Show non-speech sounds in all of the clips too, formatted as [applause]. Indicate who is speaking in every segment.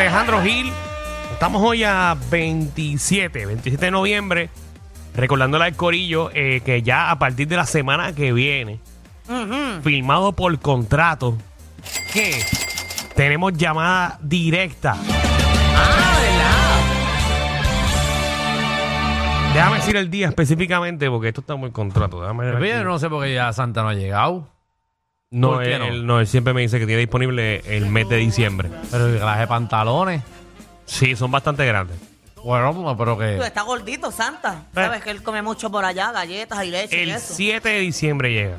Speaker 1: Alejandro Gil. Estamos hoy a 27, 27 de noviembre, recordándole al Corillo eh, que ya a partir de la semana que viene, firmado por contrato, que tenemos llamada directa.
Speaker 2: Ah,
Speaker 1: Déjame decir el día específicamente porque esto está muy contrato. Déjame ver
Speaker 2: Pero yo
Speaker 1: aquí.
Speaker 2: no sé por qué ya Santa no ha llegado.
Speaker 1: No,
Speaker 2: ¿Por qué
Speaker 1: él,
Speaker 2: no?
Speaker 1: él- no, él siempre me dice que tiene disponible el mes de diciembre.
Speaker 2: Pero que las de pantalones.
Speaker 1: Sí, son bastante grandes.
Speaker 2: Bueno, pero
Speaker 3: Tú,
Speaker 2: que.
Speaker 3: Está gordito, Santa.
Speaker 1: Eh.
Speaker 3: Sabes que él come mucho por allá, galletas y leche y
Speaker 1: El
Speaker 3: eso.
Speaker 1: 7 de diciembre llega.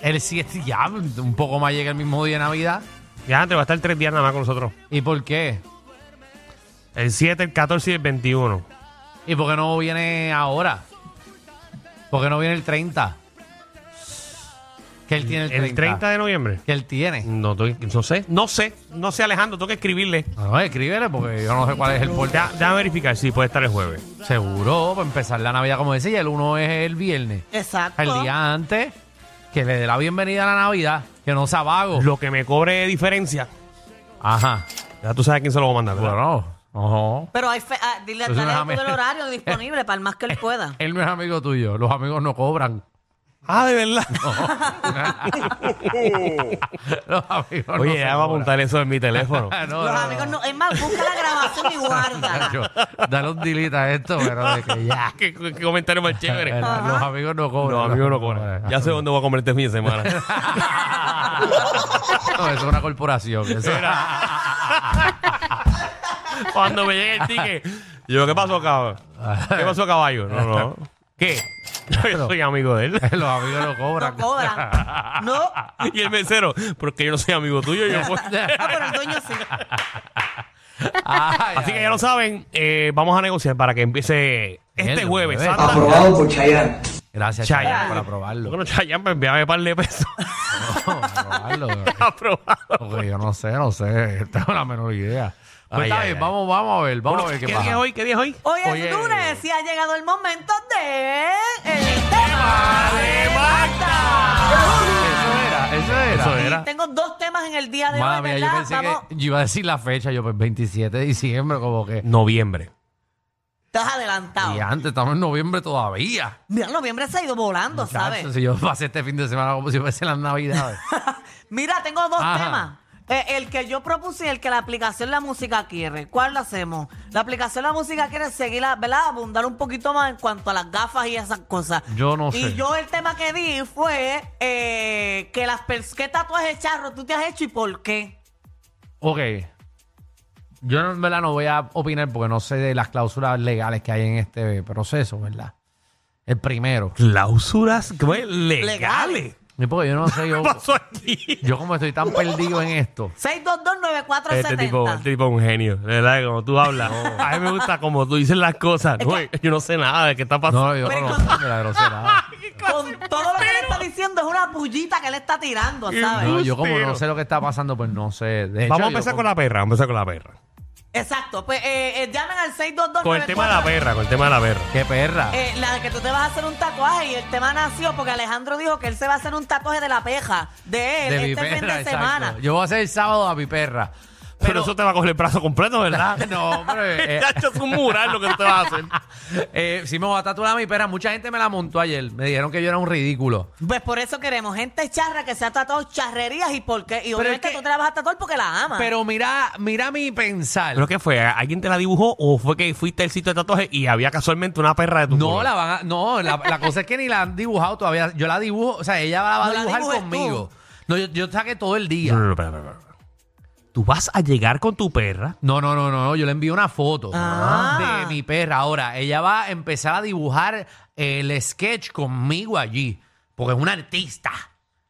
Speaker 2: El 7 ya, un poco más llega el mismo día de Navidad.
Speaker 1: Ya antes va a estar tres días nada más con nosotros.
Speaker 2: ¿Y por qué?
Speaker 1: El 7, el 14 y el 21.
Speaker 2: ¿Y por qué no viene ahora? ¿Por qué no viene el 30? Que él tiene el
Speaker 1: El
Speaker 2: 30.
Speaker 1: 30, de noviembre.
Speaker 2: Que él tiene.
Speaker 1: No, estoy- no sé, no sé, no sé Alejandro, tengo que escribirle.
Speaker 2: No, no, pues, escríbele porque yo no sé cuál es el porte.
Speaker 1: Ya, ya verificar si puede estar el jueves.
Speaker 2: Seguro, para empezar la Navidad, como decía, el 1 es el viernes.
Speaker 3: Exacto.
Speaker 2: El día antes, que le dé la bienvenida a la Navidad, que no sea vago.
Speaker 1: Lo que me cobre de diferencia,
Speaker 2: Ajá.
Speaker 1: ya tú sabes quién se lo va a mandar. ¿verdad?
Speaker 2: Bueno, no.
Speaker 3: Pero hay fe- ah, dile,
Speaker 2: Eso es
Speaker 3: dale
Speaker 2: una
Speaker 3: tú
Speaker 2: mierda. [laughs]
Speaker 3: el horario disponible para el más que él pueda.
Speaker 2: Él no es amigo tuyo. Los amigos no cobran. [laughs]
Speaker 1: Ah, de verdad.
Speaker 2: Los amigos no
Speaker 1: Oye,
Speaker 2: se
Speaker 1: ya va a
Speaker 2: cobran.
Speaker 1: apuntar eso en mi
Speaker 2: [laughs]
Speaker 1: teléfono.
Speaker 2: Ah, no,
Speaker 3: Los
Speaker 2: no, no.
Speaker 3: amigos no. Es más, busca la grabación y guárdala.
Speaker 2: [laughs] Yo, dale un delete a esto, pero de que
Speaker 1: [laughs]
Speaker 2: ya.
Speaker 1: Ah, qué, qué comentario más chévere.
Speaker 2: [laughs] Los amigos no cobran.
Speaker 1: No, amigo, no cobra. Ya sé dónde voy a comer este fin de
Speaker 2: [laughs]
Speaker 1: semana.
Speaker 2: No, eso es una corporación. eso- [laughs]
Speaker 1: Cuando me llegue el ticket, [laughs] yo, ¿qué pasó, caballo? ¿Qué pasó, caballo? No, no. ¿Qué? [laughs] Yo soy amigo de él. [laughs]
Speaker 2: los amigos no cobran.
Speaker 3: No cobran. No. Ah,
Speaker 1: Y el mesero, porque yo no soy amigo tuyo. Yo puedo-
Speaker 3: pero el dueño sí.
Speaker 2: Ay,
Speaker 1: Así que
Speaker 2: ay,
Speaker 1: ya lo saben, eh, vamos a negociar para que empiece este
Speaker 2: El
Speaker 1: jueves.
Speaker 2: jueves.
Speaker 1: Santa.
Speaker 4: Aprobado por Chayanne.
Speaker 2: Gracias,
Speaker 1: Chayanne.
Speaker 2: Chayanne, por aprobarlo.
Speaker 1: Bueno, Chayanne, pues envíame un par de pesos. [laughs]
Speaker 2: No, [laughs] aprobarlo.
Speaker 1: Aprobado.
Speaker 2: Porque yo no sé, no sé. Tengo la menor idea. Pues
Speaker 1: Ay,
Speaker 2: está
Speaker 1: ay,
Speaker 2: bien,
Speaker 1: ay.
Speaker 2: vamos, vamos a ver, vamos a ver
Speaker 1: ¿Qué
Speaker 2: qué,
Speaker 1: día
Speaker 2: pasa.
Speaker 1: es hoy? ¿Qué día es hoy?
Speaker 3: Hoy es
Speaker 2: Oye.
Speaker 3: lunes y ha llegado el momento de. El tema
Speaker 1: de
Speaker 2: Eso era, eso era.
Speaker 1: Eso
Speaker 3: Y
Speaker 1: era.
Speaker 3: Tengo dos temas en el día de
Speaker 2: Madre
Speaker 3: hoy,
Speaker 2: mía, yo
Speaker 3: ¿verdad?
Speaker 2: pensé
Speaker 3: Vamos.
Speaker 2: que yo iba a decir la fecha, yo pues 27 de diciembre, como que.
Speaker 1: Noviembre.
Speaker 3: Estás adelantado.
Speaker 2: Y antes, estamos en noviembre todavía.
Speaker 3: Mira, noviembre se ha ido volando, ¿sabes?
Speaker 2: Chacho, Si yo pasé este fin de semana como si fuese las
Speaker 3: [laughs]
Speaker 2: navidades.
Speaker 3: Mira, tengo dos
Speaker 2: Ajá.
Speaker 3: temas. Eh, el que yo propuse y el que la aplicación La Música quiere. ¿Cuál lo hacemos? La aplicación La Música quiere seguir, la- ¿verdad? Abundar un poquito más en cuanto a las gafas y esas cosas.
Speaker 2: Yo no
Speaker 3: Y
Speaker 2: sé.
Speaker 3: yo el tema que di fue eh, que las pers- ¿qué tatuajes charro tú te has hecho y por qué?
Speaker 2: ok. Yo no- en verdad no voy a opinar porque no sé de las cláusulas legales que hay en este proceso, ¿verdad? El primero.
Speaker 1: Cláusulas ¿cómo es? legales.
Speaker 3: Legales.
Speaker 2: Y Porque yo no sé, yo,
Speaker 3: [laughs]
Speaker 1: ¿Qué pasó aquí?
Speaker 2: yo como estoy tan perdido en esto.
Speaker 3: 6229470.
Speaker 1: Este tipo, este tipo es un genio. De verdad, que como tú hablas. A mí me gusta como tú dices las cosas. No, yo no sé nada de qué está pasando.
Speaker 2: No, yo
Speaker 3: Pero
Speaker 2: no
Speaker 3: con-
Speaker 2: sé de la
Speaker 3: [laughs]
Speaker 2: grosería.
Speaker 3: Con todo lo que le está diciendo es una bullita que le está tirando, ¿sabes?
Speaker 2: No, yo como
Speaker 1: Embustero.
Speaker 2: no sé lo que está pasando, pues no sé. De hecho,
Speaker 1: vamos a
Speaker 2: yo
Speaker 1: empezar
Speaker 2: como-
Speaker 1: con la perra. Vamos a empezar con la perra.
Speaker 3: Exacto, pues eh, eh, llamen al 6229470.
Speaker 1: Con el tema de la perra, con el tema de la perra.
Speaker 2: ¡Qué perra!
Speaker 3: Eh, la de que tú te vas a hacer un tatuaje y el tema nació porque Alejandro dijo que él se va a hacer un tatuaje de la peja de él
Speaker 2: de mi
Speaker 3: este fin
Speaker 2: perra,
Speaker 3: de
Speaker 2: exacto.
Speaker 3: semana.
Speaker 2: Yo voy a hacer el sábado a mi perra. ah,
Speaker 1: Pero,
Speaker 2: [laughs]
Speaker 1: eso te va a coger el brazo completo, ¿verdad?
Speaker 2: No, pero... [laughs] eh,
Speaker 1: [laughs]
Speaker 2: [laughs]
Speaker 1: Ya es un mural lo que tú te vas a hacer.
Speaker 2: eh, si me voy a tatuar a mi perra, mucha gente me la montó ayer. Me dijeron que yo era un ridículo.
Speaker 3: Pues por eso queremos gente charra que se ha tatuado charrerías y porque y
Speaker 2: Pero
Speaker 3: obviamente
Speaker 2: es que-
Speaker 3: tú te la vas a tatuar porque la amas.
Speaker 2: Pero mira, mira mi pensar.
Speaker 1: ¿Pero qué fue? ¿Alguien te la dibujó o fue que fuiste al sitio de tatuaje y había casualmente una perra de tu
Speaker 2: No,
Speaker 1: culo?
Speaker 2: la van a- no, la, la cosa es que ni la han dibujado todavía. Yo la dibujo, o sea, ella la va
Speaker 3: No
Speaker 2: a
Speaker 3: la
Speaker 2: dibujar
Speaker 3: dibujes tú.
Speaker 2: conmigo. No, yo, yo saqué todo el
Speaker 1: No, no,
Speaker 2: día.
Speaker 1: no, espera, espera, espera. Tú vas a llegar con tu perra.
Speaker 2: No, no, no, no, yo le envío una foto
Speaker 3: Ah.
Speaker 2: de mi perra. Ahora, ella va a empezar a dibujar el sketch conmigo allí, porque es una artista.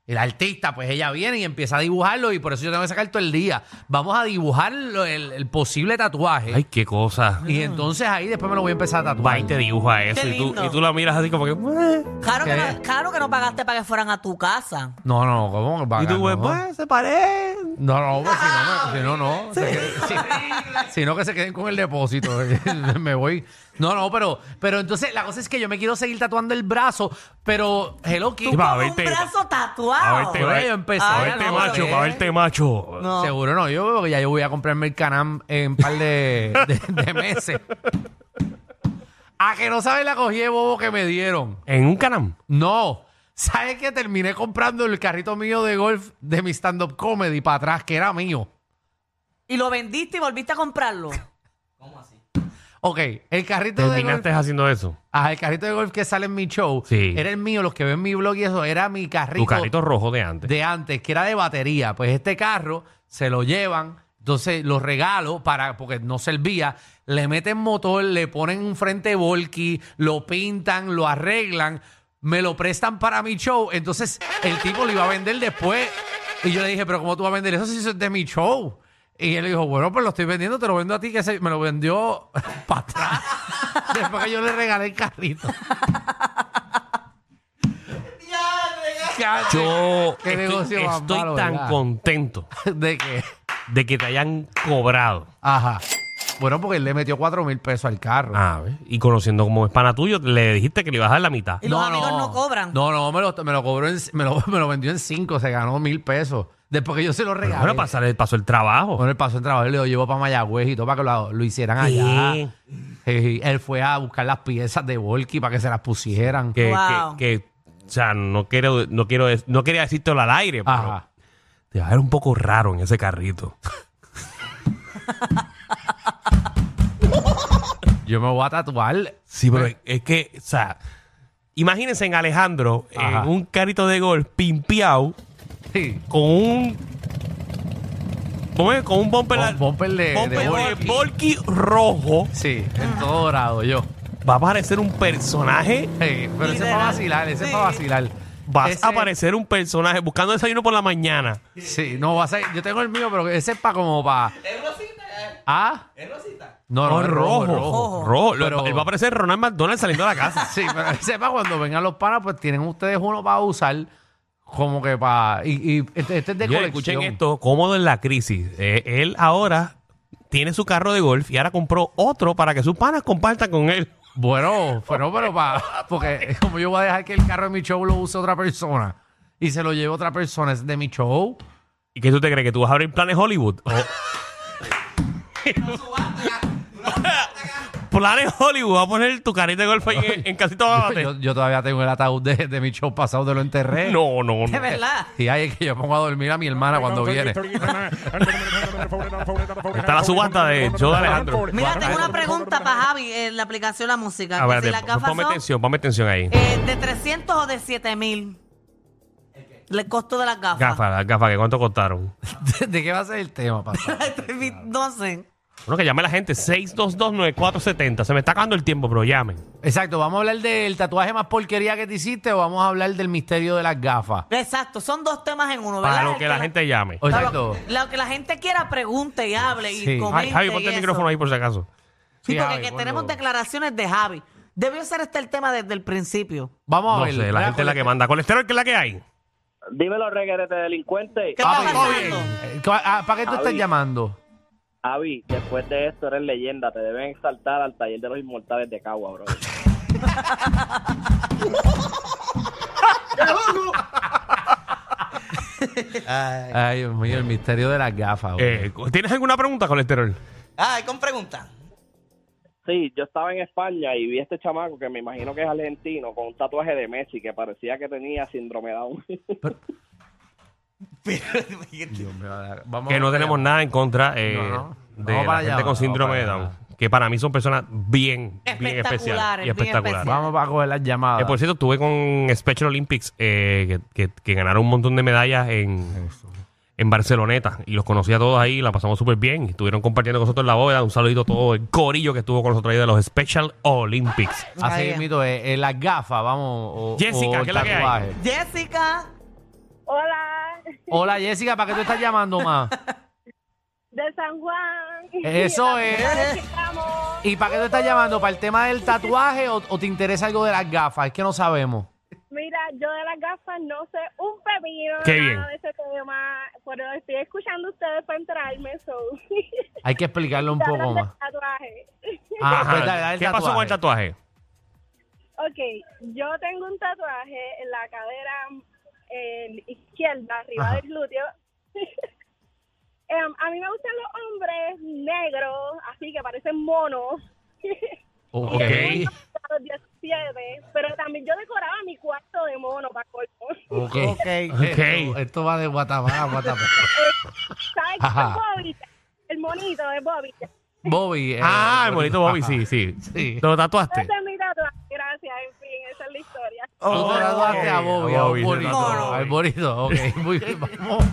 Speaker 2: El artista, pues ella viene y empieza a dibujarlo y por eso yo tengo que sacar todo el día. Vamos a dibujar lo- el, el posible tatuaje.
Speaker 1: Ay, qué cosa.
Speaker 2: Y entonces ahí después me lo voy a empezar a
Speaker 1: Va
Speaker 2: tatuar.
Speaker 1: y te dibuja eso
Speaker 3: Qué
Speaker 1: y tú,
Speaker 3: lindo.
Speaker 1: y tú la miras así como que... "Meh".
Speaker 3: claro, que
Speaker 2: ¿Qué?
Speaker 3: no, claro que no pagaste para que fueran a tu casa.
Speaker 2: No, no, ¿cómo que
Speaker 1: Y
Speaker 2: pagar?
Speaker 1: tú,
Speaker 2: no.
Speaker 1: pues, pues, se parece.
Speaker 2: No, no, pues si no, me- si no, no. O sea, que- sí. sino que se queden con el depósito. eh, [laughs] me voy. No, no, pero, pero entonces la cosa es que yo me quiero seguir tatuando el brazo, pero Hello
Speaker 3: Tú
Speaker 2: Kitty.
Speaker 3: con
Speaker 1: Va,
Speaker 3: un
Speaker 1: vete.
Speaker 3: brazo
Speaker 1: A
Speaker 3: tatuado.
Speaker 1: verte,
Speaker 2: Por
Speaker 1: va-
Speaker 2: ahí yo empecé.
Speaker 1: a
Speaker 3: Ah,
Speaker 1: verte
Speaker 3: no,
Speaker 1: macho,
Speaker 3: pero-
Speaker 1: a verte macho.
Speaker 3: No.
Speaker 2: Seguro no, yo creo que ya yo voy a comprarme el canam en un par de, de- de meses. A que no sabes la cogí de bobo que me dieron.
Speaker 1: En un canam.
Speaker 2: No. ¿Sabes que terminé comprando el carrito mío de golf de mi stand-up comedy para atrás, que era mío?
Speaker 3: Y lo vendiste y volviste
Speaker 2: [laughs]
Speaker 3: a comprarlo.
Speaker 2: Ok, el carrito de golf.
Speaker 1: Terminaste haciendo eso.
Speaker 2: Ajá, el carrito de golf que sale en mi show.
Speaker 1: Sí.
Speaker 2: Era el mío, los que ven mi blog y eso, era mi
Speaker 1: Tu carrito rojo de antes.
Speaker 2: de antes, que era de batería. Pues este carro se lo llevan, entonces lo regalo para, porque no servía. Le meten motor, le ponen un frente volky, lo pintan, lo arreglan, me lo prestan para mi show. Entonces el tipo lo iba a vender después. Y yo le dije, pero ¿cómo tú vas a vender eso si eso es de mi show? Y él dijo, bueno, pues lo estoy vendiendo, te lo vendo a ti, que se- me lo vendió [laughs] para atrás. Después que yo le regalé el carrito.
Speaker 1: Yo
Speaker 2: Qué
Speaker 1: estoy,
Speaker 2: negocio más
Speaker 1: estoy
Speaker 2: malo,
Speaker 1: tan
Speaker 2: ¿verdad?
Speaker 1: contento
Speaker 2: [laughs] ¿De qué?
Speaker 1: de que te hayan cobrado.
Speaker 2: Ajá. Bueno, porque él le metió cuatro mil pesos al carro.
Speaker 1: Ah, ¿ves? y conociendo como es pana tuyo, le dijiste que le ibas a dar la mitad.
Speaker 3: Y los amigos no cobran.
Speaker 2: No, no, me lo, me lo cobró en, me lo, [laughs] me lo vendió en cinco, se ganó mil pesos. Después que yo se lo regalé.
Speaker 1: Bueno, pasar el, pasó el trabajo.
Speaker 2: Bueno, él pasó el trabajo, él lo llevó para Mayagüez y todo para que lo, lo hicieran
Speaker 1: Sí.
Speaker 2: allá. Sí, él fue a buscar las piezas de Volky para que se las pusieran.
Speaker 1: que,
Speaker 3: Wow.
Speaker 1: que, que, o sea, no quiero, no quiero, dec- no quería decírtelo al aire, pero
Speaker 2: Ajá.
Speaker 1: te va a ver un poco raro en ese carrito.
Speaker 2: Yo me voy a tatuar.
Speaker 1: Sí, pero es- es que, o sea, imagínense en Alejandro,
Speaker 2: Ajá.
Speaker 1: en un carrito de gol pimpiao,
Speaker 2: Sí.
Speaker 1: con un. ¿Cómo es? Con un bumper,
Speaker 2: Con
Speaker 1: al-
Speaker 2: bumper de-
Speaker 1: Pues bumper
Speaker 2: de
Speaker 1: de
Speaker 2: Volky.
Speaker 1: Volky rojo.
Speaker 2: Sí, en todo grado yo.
Speaker 1: Va a aparecer un personaje.
Speaker 2: Sí, pero ese es para
Speaker 3: Literal.
Speaker 2: vacilar, ese es
Speaker 3: Sí.
Speaker 2: para vacilar.
Speaker 1: Vas
Speaker 2: Ese-
Speaker 1: a aparecer un personaje buscando desayuno por la mañana.
Speaker 2: Sí, no va a ser. Yo tengo el mío, pero ese es para como para. ¿Es rosita? ¿Ah? ¿Es rosita? No, no,
Speaker 1: Oh,
Speaker 2: es rojo, es rojo.
Speaker 1: rojo.
Speaker 2: Pero-
Speaker 1: Lo- Él va a aparecer Ronald McDonald saliendo de la casa.
Speaker 2: Sí, pero ese es para cuando vengan los panas, pues tienen ustedes uno para usar, como que para. Y, y este, este es [laughs] de
Speaker 1: Yo,
Speaker 2: colección.
Speaker 1: escuchen esto, cómodo en la crisis. Eh, él ahora tiene su carro de golf y ahora compró otro para que sus panas compartan con él.
Speaker 2: Bueno, pero, pero para. Porque como yo voy a dejar que el carro de mi show lo use otra persona y se lo lleve otra persona, es de mi show.
Speaker 1: ¿Y qué tú te crees? ¿Que tú vas a abrir planes Hollywood?
Speaker 3: [laughs]
Speaker 1: planes Hollywood. Va a poner tu carita de golf ahí en, en casito de abate.
Speaker 2: pues Yo, yo todavía tengo el ataúd de, de mi show pasado, de lo enterré.
Speaker 1: No, no,
Speaker 3: De
Speaker 1: no.
Speaker 3: verdad.
Speaker 2: Y ahí es que yo pongo a dormir a mi hermana cuando viene.
Speaker 1: Está la subasta de Joe de Alejandro.
Speaker 3: Mira, tengo una pregunta para Javi en la aplicación La Música.
Speaker 1: A
Speaker 3: que
Speaker 1: ver,
Speaker 3: si
Speaker 1: te-
Speaker 3: las gafas
Speaker 1: ponme
Speaker 3: son,
Speaker 1: atención, ponme atención ahí.
Speaker 3: eh, de 300 o de 7 mil. El costo de las gafas. [laughs]
Speaker 1: Gafas, las gafas, que cuánto costaron?
Speaker 2: ¿De, de qué va a ser el tema, pasado?
Speaker 3: no sé.
Speaker 1: Bueno, que llame la gente 6229470. Se me está acabando el tiempo, pero llamen.
Speaker 2: Exacto, ¿vamos a hablar del tatuaje más porquería que te hiciste o vamos a hablar del misterio de las gafas?
Speaker 3: Exacto, son dos temas en uno, ¿verdad?
Speaker 1: Para
Speaker 3: El
Speaker 1: lo que la gente llame.
Speaker 2: O-
Speaker 3: para
Speaker 2: Exacto.
Speaker 3: lo, lo que la gente quiera pregunte y hable
Speaker 2: Sí.
Speaker 3: y comente.
Speaker 1: Ay, Javi, ponte
Speaker 3: y
Speaker 1: el
Speaker 3: eso.
Speaker 1: micrófono ahí por si acaso.
Speaker 3: Sí,
Speaker 2: Sí,
Speaker 3: porque
Speaker 2: Javi,
Speaker 3: que
Speaker 2: ponlo.
Speaker 3: tenemos declaraciones de Javi. Debió ser este el tema desde el principio.
Speaker 2: Vamos a
Speaker 1: No
Speaker 2: ver.
Speaker 1: sé, la
Speaker 2: Mira,
Speaker 1: gente es la que manda. Colesterol, que es la que hay?
Speaker 4: Dímelo, reguerete delincuente.
Speaker 3: ¿Qué está
Speaker 2: Papi,
Speaker 1: todo
Speaker 3: pasando?
Speaker 1: bien.
Speaker 2: Eh, ah, ¿Para qué tú estás
Speaker 4: Javi.
Speaker 2: llamando?
Speaker 4: Avi, después de esto eres leyenda. Te deben exaltar al taller de los inmortales de Cagua, bro.
Speaker 2: Ay, Dios mío, el misterio de las gafas. güey.
Speaker 1: Eh, ¿Tienes alguna pregunta, Colesterol?
Speaker 5: Ah, con pregunta.
Speaker 4: Sí, yo estaba en España y vi este chamaco que me imagino que es argentino con un tatuaje de Messi que parecía que tenía síndrome Down.
Speaker 2: Dios mío, vamos
Speaker 1: que
Speaker 2: a-
Speaker 1: no tenemos nada en contra eh,
Speaker 2: No, no.
Speaker 1: de
Speaker 2: Vamos
Speaker 1: la
Speaker 2: para
Speaker 1: gente
Speaker 2: allá,
Speaker 1: con
Speaker 2: vamos
Speaker 1: síndrome
Speaker 2: para
Speaker 1: de
Speaker 2: allá.
Speaker 1: Down. Que para mí son personas bien, bien
Speaker 3: Espectaculares,
Speaker 1: especiales y
Speaker 3: bien
Speaker 1: espectaculares.
Speaker 3: especiales.
Speaker 2: Vamos a coger las llamadas.
Speaker 1: Eh, por cierto, estuve con Special Olympics eh, que, que- que ganaron un montón de medallas en, en Barceloneta y los conocí a todos ahí, la pasamos súper bien. y Estuvieron compartiendo con nosotros en la bóveda. Un saludito a todo el corillo que estuvo con nosotros ahí de los Special Olympics.
Speaker 2: Así
Speaker 3: Ahí.
Speaker 2: es, mito, eh, eh, las gafas, vamos. o-
Speaker 1: Jessica,
Speaker 2: o
Speaker 1: ¿qué es la que hay?
Speaker 2: tatuaje.
Speaker 3: Jessica,
Speaker 6: Hola,
Speaker 2: Hola, Jessica, ¿para qué tú estás llamando
Speaker 3: [laughs]
Speaker 2: más?
Speaker 6: de San Juan. [laughs]
Speaker 2: Eso es.
Speaker 6: Estamos.
Speaker 2: ¿Y para qué tú estás llamando? ¿Para el tema del tatuaje o, o te interesa algo de las gafas? Es que no sabemos.
Speaker 6: Mira, yo de las gafas no sé un pepino
Speaker 1: Qué
Speaker 6: nada
Speaker 1: bien.
Speaker 6: de ese tema, pero estoy escuchando a ustedes para entrarme, so. [laughs]
Speaker 2: Hay que explicarlo un
Speaker 6: Te hablan
Speaker 2: poco
Speaker 6: del
Speaker 2: más.
Speaker 6: tatuaje. [laughs]
Speaker 2: Ajá.
Speaker 1: Ajá.
Speaker 2: Pues dale, dale el
Speaker 1: ¿Qué pasó con el tatuaje?
Speaker 6: Ok, yo tengo un tatuaje en la cadera eh, izquierda, arriba
Speaker 2: Ajá.
Speaker 6: del glúteo. [laughs] Em, a mí me gustan los hombres negros, así que parecen monos. [laughs]
Speaker 2: Ok.
Speaker 1: Ok.
Speaker 6: A los 17, pero también yo decoraba mi cuarto de mono para colmo.
Speaker 2: Ok.
Speaker 3: Ok.
Speaker 2: Esto, esto va de Guatemala a Guatemala.
Speaker 6: Eh, ¿Sabes qué
Speaker 2: Ajá.
Speaker 6: es Bobby? El monito de Bobby.
Speaker 2: Bobby. eh,
Speaker 1: Ah, el bonito Bobby, sí, sí.
Speaker 2: [laughs] Sí.
Speaker 1: ¿Lo tatuaste?
Speaker 6: Ese es mi tatuaje, gracias, en fin, esa es la historia.
Speaker 2: Tú te tatuaste a Bobby, a un
Speaker 1: Bobby, se
Speaker 2: bonito.
Speaker 1: tatuó.
Speaker 2: Al bonito, ok.
Speaker 1: [laughs]
Speaker 2: Muy bien, vamos.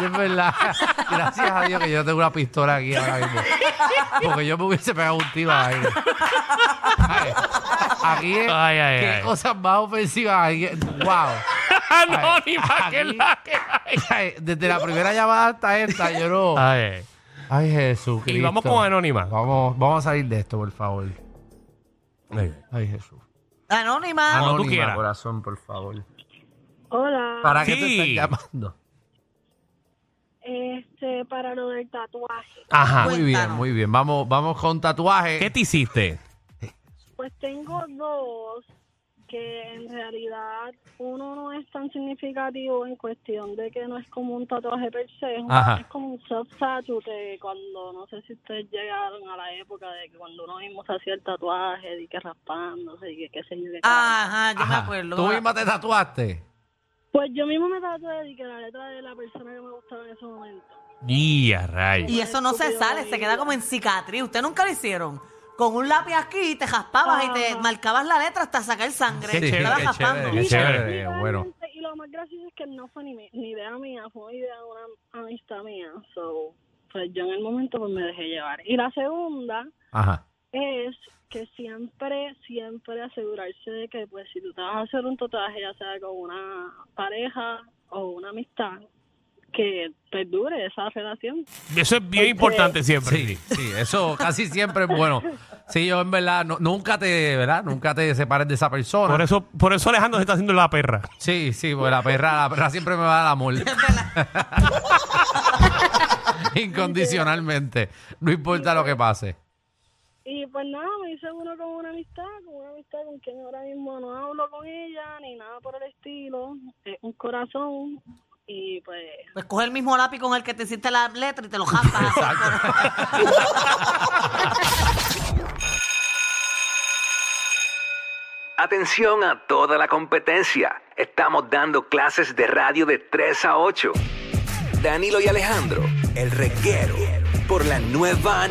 Speaker 2: Yo, en verdad, gracias a Dios que yo no tengo una pistola aquí ahora mismo. Porque yo me hubiese pegado un tiro ahí. Ay, Aquí es.
Speaker 1: Ay, ay,
Speaker 2: qué
Speaker 1: ay.
Speaker 2: cosas más ofensivas hay. ¡Wow!
Speaker 1: Anónima, que
Speaker 2: Aquí-
Speaker 1: la que hay.
Speaker 2: Ay, Desde la primera llamada hasta esta, yo no.
Speaker 1: Ay,
Speaker 2: Ay, Jesús.
Speaker 1: Ah. Y vamos con Anónima.
Speaker 2: Vamos, vamos a salir de esto, por favor.
Speaker 1: ay.
Speaker 2: Ay, Jesús.
Speaker 3: Anónima.
Speaker 1: Cuando Ah, tú quieras.
Speaker 2: corazón, por favor.
Speaker 6: Hola,
Speaker 2: ¿Para qué te
Speaker 1: Sí.
Speaker 2: están llamando?
Speaker 6: este, para lo del tatuaje,
Speaker 1: Ajá.
Speaker 2: Muy bien,
Speaker 3: Cuéntanos.
Speaker 2: muy bien. Vamos, vamos con tatuaje.
Speaker 1: ¿Qué te hiciste?
Speaker 6: pues tengo dos que en realidad uno no es tan significativo en cuestión de que no es como un tatuaje per se, es un-
Speaker 2: Ajá.
Speaker 6: es como un subtattoo que cuando, no sé si ustedes llegaron a la época de que cuando uno mismo se hacía el tatuaje y que raspándose y que qué sé yo qué tal.
Speaker 3: Ajá, yo me
Speaker 2: Ajá.
Speaker 3: acuerdo.
Speaker 2: ¿Tú misma te tatuaste?
Speaker 6: Pues yo mismo me tatué y que la letra de la persona que me gustaba en ese momento.
Speaker 1: Y a rayos.
Speaker 3: Y eso no se sale, se queda como en cicatriz. ¿Usted nunca lo hicieron? Con un lápiz aquí te jaspabas y te marcabas la letra hasta sacar sangre.
Speaker 1: Qué
Speaker 3: Te
Speaker 1: chévere,
Speaker 3: estabas
Speaker 1: qué
Speaker 3: jaspando.
Speaker 1: chévere. chévere,
Speaker 6: Literalmente,
Speaker 2: bueno.
Speaker 6: Y lo más gracioso es que no fue ni, mi- ni idea mía, fue idea de una amistad mía. So, pues yo en el momento pues me dejé llevar. Y la segunda
Speaker 2: Ajá.
Speaker 6: es que siempre, siempre asegurarse de que pues si tú te vas a hacer un tatuaje, ya sea con una pareja o una amistad, que perdure esa relación.
Speaker 1: Eso es bien importante siempre.
Speaker 2: Sí, sí, eso casi siempre es bueno. Sí, yo en verdad, no- nunca te, ¿verdad? Nunca te separes de esa persona.
Speaker 1: Por eso, por eso Alejandro se está haciendo la perra.
Speaker 2: Sí, sí, pues la perra, la perra siempre me va a dar amor. [laughs] Incondicionalmente. No importa lo que pase.
Speaker 6: Y pues nada, me hice uno con una amistad, con una amistad con quien ahora mismo no hablo con ella, ni nada por el estilo. Es un corazón y pues...
Speaker 3: Pues coge el mismo lápiz con el que te hiciste la letra y te lo
Speaker 1: [laughs]
Speaker 3: jaspas.
Speaker 5: Atención a toda la competencia. Estamos dando clases de radio de 3 a 8. Danilo y Alejandro, el reguero, por la nueva